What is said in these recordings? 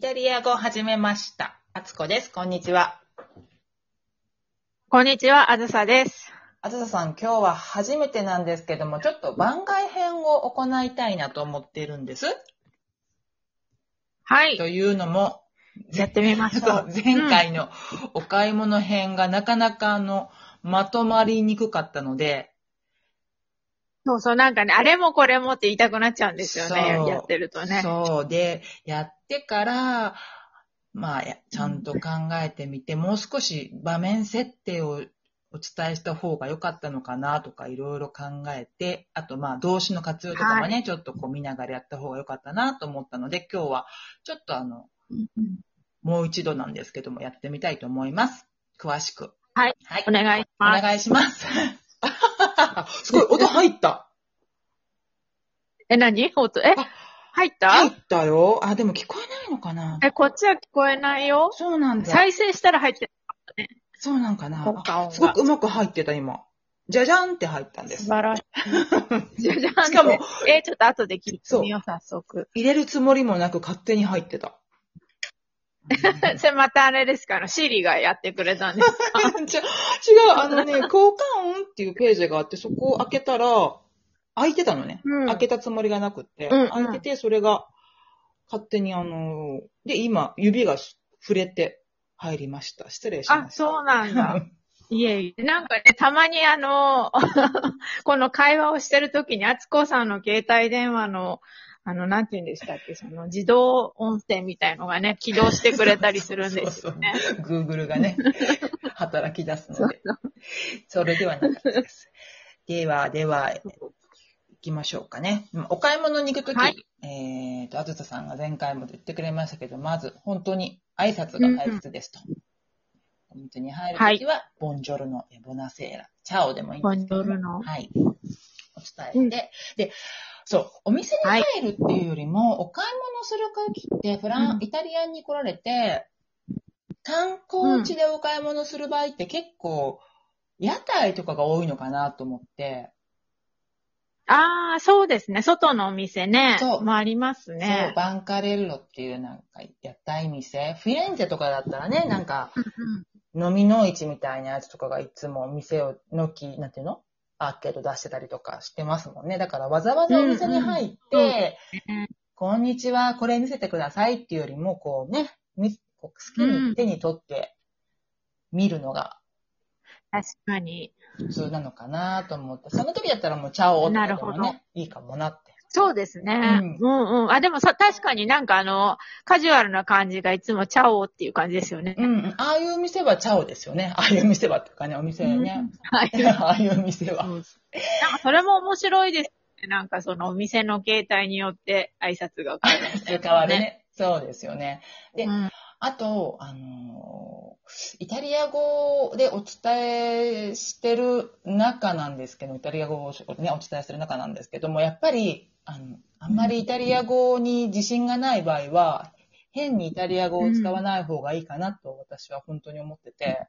タリア語を始めました。あつこです。こんにちは。こんにちは、あずさです。あずささん、今日は初めてなんですけども、ちょっと番外編を行いたいなと思ってるんです。はい。というのも、やってみましょ そうう。前回のお買い物編がなかなかあの、まとまりにくかったので、そうそう、なんかね、あれもこれもって言いたくなっちゃうんですよねそ。うやってるとね。そう。で、やってから、まあ、やちゃんと考えてみて、もう少し場面設定をお伝えした方が良かったのかなとか、いろいろ考えて、あと、まあ、動詞の活用とかもね、ちょっとこう見ながらやった方が良かったなと思ったので、今日は、ちょっとあの、うんもう一度なんですけども、やってみたいと思います。詳しく。はい。はいお。願いしおます。願いします。 すごい、音入った。え、何音、えあ入った、入ったよ。あ、でも聞こえないのかなえ、こっちは聞こえないよ。そうなんだ。再生したら入ってそうなんかな効果音があすごくうまく入ってた、今。じゃじゃんって入ったんる。です。晴らし い。じゃじゃんってしかも、え、ちょっと後で聞いてみよう、早速。入れるつもりもなく勝手に入って た。それまたあれですから、シリがやってくれたんです。じゃ違う、あ のね、交換音っていうページがあって、そこを開けたら、開いてたのね。うん開けたつもりがなくって、うんうん開いてて、それが勝手にあのーで、今、指が触れて入りました。失礼しあま、した。そうなんだ。いえいえ。なんかね、たまにあの、 この会話をしてるときに、敦子さんの携帯電話の、あの、なんて言うんでしたっけ、その自動音声みたいのがね、起動してくれたりす るんですよね。 Google が ね、働き出すので。それではなかったです。では、では、行きましょうかね。お買い物に行くとき、はいえっ、と、あずささんが前回も言ってくれましたけど、まず、本当に挨拶が大切ですと。お店に入るときは、ボンジョルノ、ボナセーラ、チャオでもいいんボですンけドどもルの。はい。お伝えして、で、そう、お店に入るっていうよりも、お買い物する時って、フラン、うんイタリアに来られて、観光地でお買い物する場合って結構、屋台とかが多いのかなと思って、ああ、そうですね。外のお店ね。そうまあ、ありますそう、ね。バンカレッロっていうなんか屋台店、フィレンツェとかだったらね、なんかうん飲みの市みたいなやつとかがいつも店を、軒、なんていうのアーケード出してたりとかしてますもんね。だからわざわざお店に入って、うんうんうんこんにちは、これ見せてくださいっていうよりも、こうね、みこう好きに手に取って見るのが確かに。普通なのかなと思って、その時だったらもうチャオとかでもなるほどね、いいかもなって。そうですね。うんうんうん。あ、でもさ、確かになんかあの、カジュアルな感じがいつもチャオっていう感じですよね。うんうん、ああいう店はチャオですよね。ああいう店はっていうかね、お店ね。 はい。 ああいう店は。なんかそれも面白いですね。なんかそのお店の形態によって挨拶が変わるみたいな、変わる。ね。そうですよね。でうん。あと、あのーイタリア語でお伝えしてる中なんですけど、イタリア語を、ね、お伝えしてる中なんですけども、やっぱり、あの、あんまりイタリア語に自信がない場合は、変にイタリア語を使わない方がいいかなと私は本当に思ってて。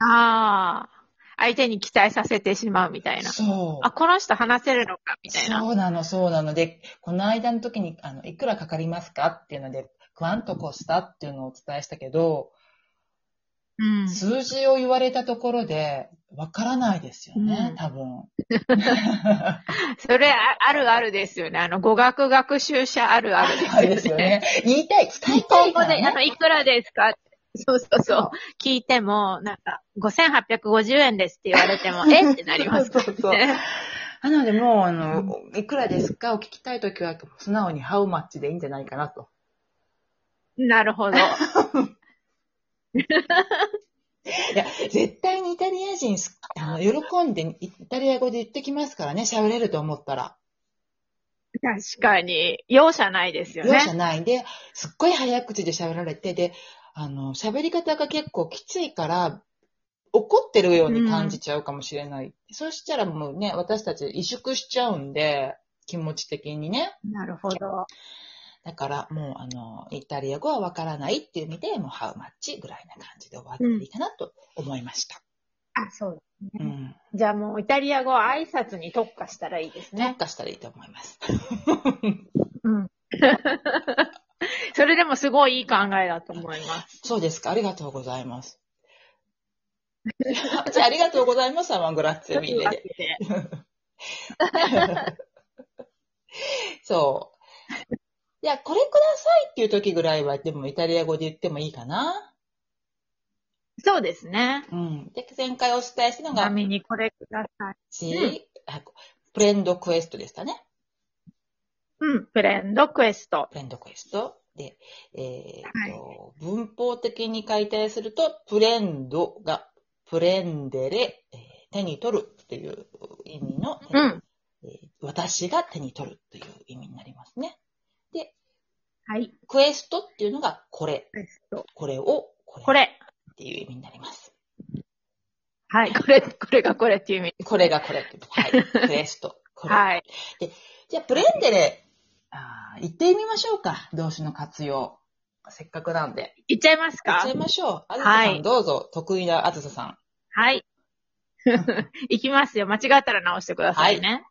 ああ。相手に期待させてしまうみたいな。そうあ、。この人話せるのかみたいな。そうなの、そうなので、この間の時に、あの、いくらかかりますかっていうので、クワントコスタっていうのをお伝えしたけど、うん。数字を言われたところで、わからないですよね、うん多分。それああるあるですよね。あの、語学学習者あるあるあれですよ ね。言いたい、伝え日た本いか語ら、で、あね。の、いくらですかそうそうそう。聞いても、なんか、5850円ですって言われ ても、えってなります。そうそうそう。ね。なので、もう、あの、いくらですかを聞きたいときは、素直にハウマッチでいいんじゃないかなと。 なるほど。いや、絶対にイタリア人す、あの、喜んで、イタリア語で言ってきますからね、喋れると思ったら。確かに。容赦ないですよね。容赦ない。で、すっごい早口で喋られて、で、あの、喋り方が結構きついから、怒ってるように感じちゃうかもしれない。そうしたらもうね、私たち萎縮しちゃうんで、気持ち的にね。なるほど。だから、もう、あの、イタリア語はわからないっていう意味で、もう、ハウマッチぐらいな感じで終わっていいかなと思いました。あ、そうう。うんんうん、じゃあもうイタリア語は挨拶に特化したらいいです特ね。化したらいいと思います。うん。 それでもすごいいい考えだと思います。そうですか。ありがとうござい ます。 じゃあ、ありがとうございます。アマングラッツェミーレで。そう。いや、これくださいっていう時ぐらいは、でもイタリア語で言ってもいいかな。そうですね。うん。で、前回お伝えしたのちなが、みにこれください。ち、あプレンドクエストでしたね。うん。フレンドクエスト。プレンドクエスト。で、えーと文法的に解体すると、プレンドがプレンデレ、えー手に取るという意味の、えーうん。えー私が手に取るという意味になりますね。はい。クエストっていうのがこれ、クエスト。これをこれこれ。っていう意味になります。はい。これ、これがこれっていう意味。これがこれって。 はい。クエスト。これ。はい。じゃあ、プレンデレ、あー言ってみましょうか。動詞の活用。せっかくなんで。いっちゃいます言っかちゃいましょう。あずささん、はいどうぞ。得意なあずささん。はい。 いきますよ。間違ったら直してくださいね。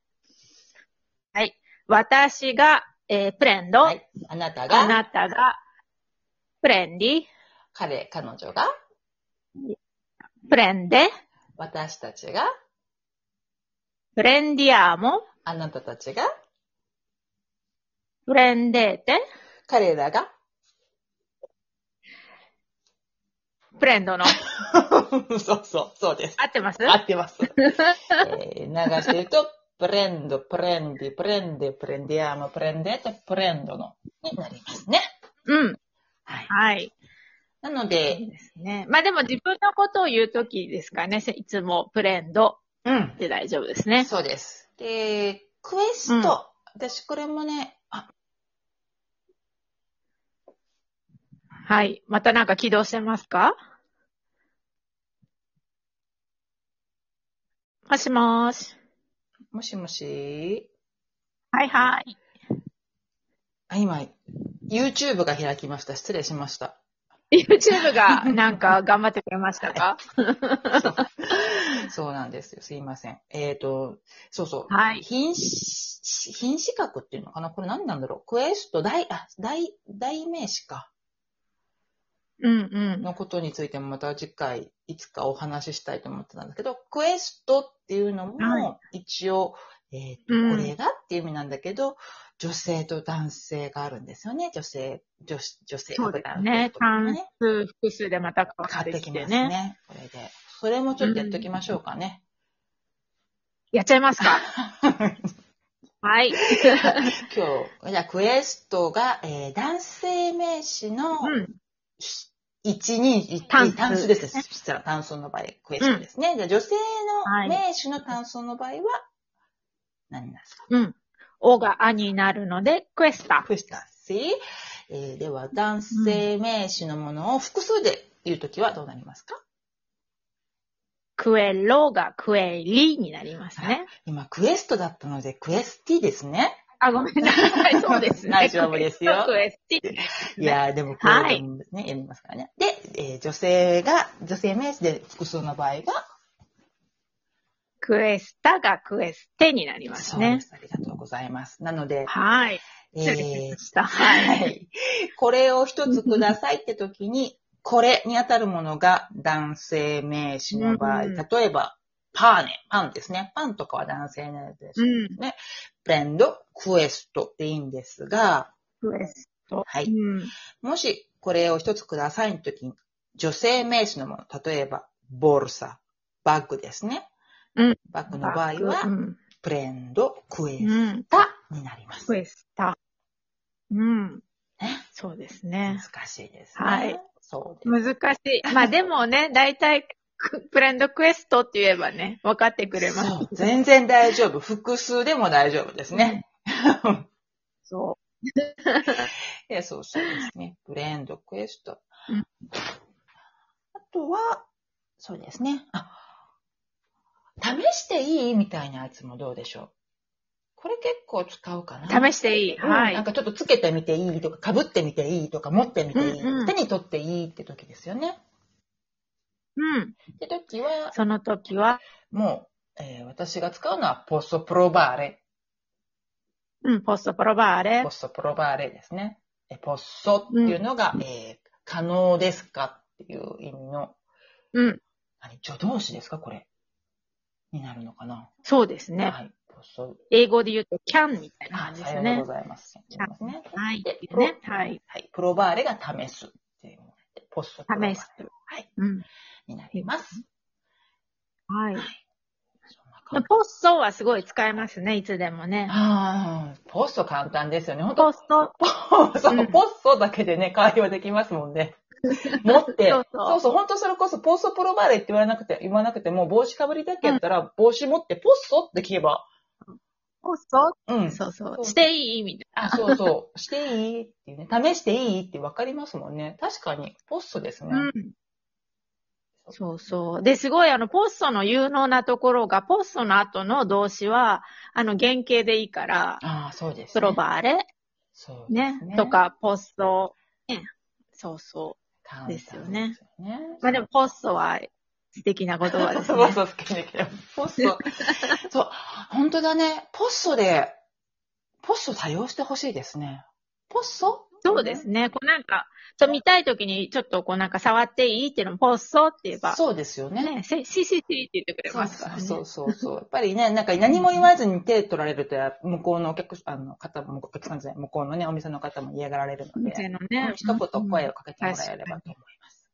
はい。私が、えープレンド。はい。あなたあが、なたが、プレンディ。彼、彼女が、プレンデ。私たちが、プレンディアーモ。あなたたちが、プレンデーテ。彼らが、 プレンドの。そうそう、そうです。合ってます合ってます。えー流してると、プレンド、プレンディ、プレンデ、プレンディアーム、プレンデとプレンドのになりますね。うん。はい。はい。なのいで、いですね。まあでも自分のことを言うときですかね。せいつもプレンドうん。で大丈夫ですね。そうです。で、クエスト。私これもね、あ、はい。またなんか起動してますかもしもーし。もしもし。はいはい。あ、今、YouTube が開きました。失礼しました。 YouTube がなんか頑張ってくれましたかそうそうなんですよ。すいません。えっ、と、そうそう。はい。品詞、品詞格っていうのかなこれ何なんだろうクエスト、代、あ、代、代名詞か。うんうん。のことについてもまた次回、いつかお話ししたいと思ってたんだけど、クエストっていうのはも、一応、えっ、うんと、これがっていう意味なんだけど、女性と男性があるんですよね。女性、女子、女性そうとです男性ねと。か単ね。数、複数でまた変わ変わっっててききてまね。すね。これで。それもちょっとやっておきましょうかね。やっちゃいます かはい。今日、じゃあクエストが、えー男性名詞のうん。一人、一単数単数です。そしたら単数の場合、クエストですね。じゃあ女性はいの名詞の単数の場合は、何ですかうん。おがあになるので、クエスタ。クエストし、えーでは男性名詞のものを複数で言うときはどうなりますか、クエロがクエリになりますね。今、クエストだったので、クエスティですね。あ、ごめんなさい。そうですね。大丈夫ですよクエスティ。いやー、でも、これでもね、やりますからね。で、えー女性が、女性名詞で複数の場合が、クエスタがクエステになりますそうでね。す。ありがとうございます。なので、はい。え失礼しーま、した。はい。はい。これを一つくださいって時に、これに当たるものが男性名詞の場合、うん例えば、パーネ、パンですね。パンとかは男性名です。うん。ブレンド、クエストでいいんですが、クエスト。はいうん。もしこれを一つくださいの時に、女性名詞のもの、例えば、ボルサ、バッグですね。うんバッグの場合うは、ん。ブレンド、クエスうん。タになります。クエスタ。うんね。そうです難ね。しいですね。はい。そうです。難しい。まあでも ね、大体、クブレンドクエストって言えばね、分かってくれます。そう、全然大 丈夫。複数でも大丈夫ですね。そいやそうそうですね。ブレンド、クエスト。うんあとは、そうですね。あ、試していいみたいなやつもどうでしょう。これ結構使うかな。う。試していい。うんはなんい。かちょっとつけてみていいとか、被ってみていいとか、持ってみていい、うんうん手に取っていいって時ですよね。うん。って時は、その時は、もう、えー私が使うのは、ポストプロバーレ。うん、ポストプロバーレポ。ストプロバーレですね。えポッソっていうのが、えー可能ですかっていう意味の、うん。何助動詞ですかこれ。になるのかなそうですね。はい。ポッソ。英語で言うと can みたいなあ感、じでさすようでねご。ざいます。キャますね。はいで。プロね。はい。はい。プロバーレが試すっていうもので、ポッソプロバーレ試す。はい。うん。になります。はい。そんなまあ感じ。ポッソはすごい使えますね、いつでもね。ああ、ポッソ簡単ですよね。本当ポッソ、そうう、んポッソだけでね、会話できますもん ね。持って。そうそうそうそう、本当それこそ、ポッソプロバーレって言わなくて、言わなくても、帽子かぶりだけやったら、帽子持って、ポッソって聞けば、ポッソうん。そうそそうう。していいみたいあ、そうそう。していいっていうね。試していいって分かりますもんね。確かに、ポッソですね。な。うん。そうそう。で、すごい、あの、ポッソの有能なところが、ポッソの後の動詞は、あの、原型でいいから、ああ、そうです、プロバーレ、そうですねね。、とか、ポッソ、ね。そうそ簡単ですよね。う。ままあでも、ポッソは素敵な言葉です そうね。そう、好きだけど。ポッソ。そう、本当だね。ポッソで、ポッソ多用してほしいですね。ポッソそうですね。こうなんか、ちょ見たいときに、ちょっとこうなんか触っていいっていうのも、ポッソって言えば、そうですよね。ね、せシシシって言ってくれそうますからね。そうそうそう。やっぱりね、なんか何も言わずに手取られると、向こうのお客あの方も、お客さんじゃない、向こうのね、お店の方も嫌がられるので、店のうんね。一言声ををかけてもらえればと思います。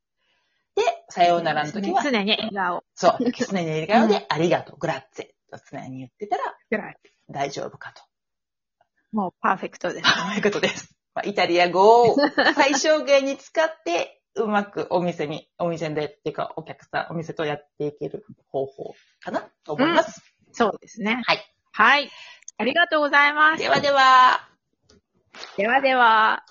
で、さようならの時は、常に笑顔。そう、常に笑顔で、ありがとう、グラッツェと常に言ってたらぐらい。大丈夫かと。もうパーフェクトです。そういうことです。まあ、イタリア語を最小限に使って、うまくお店に、お店で、っていうか、お客さん、お店とやっていける方法かなと思います。そうですね。はい。はい。ありがとうございます。ではでは。ではでは。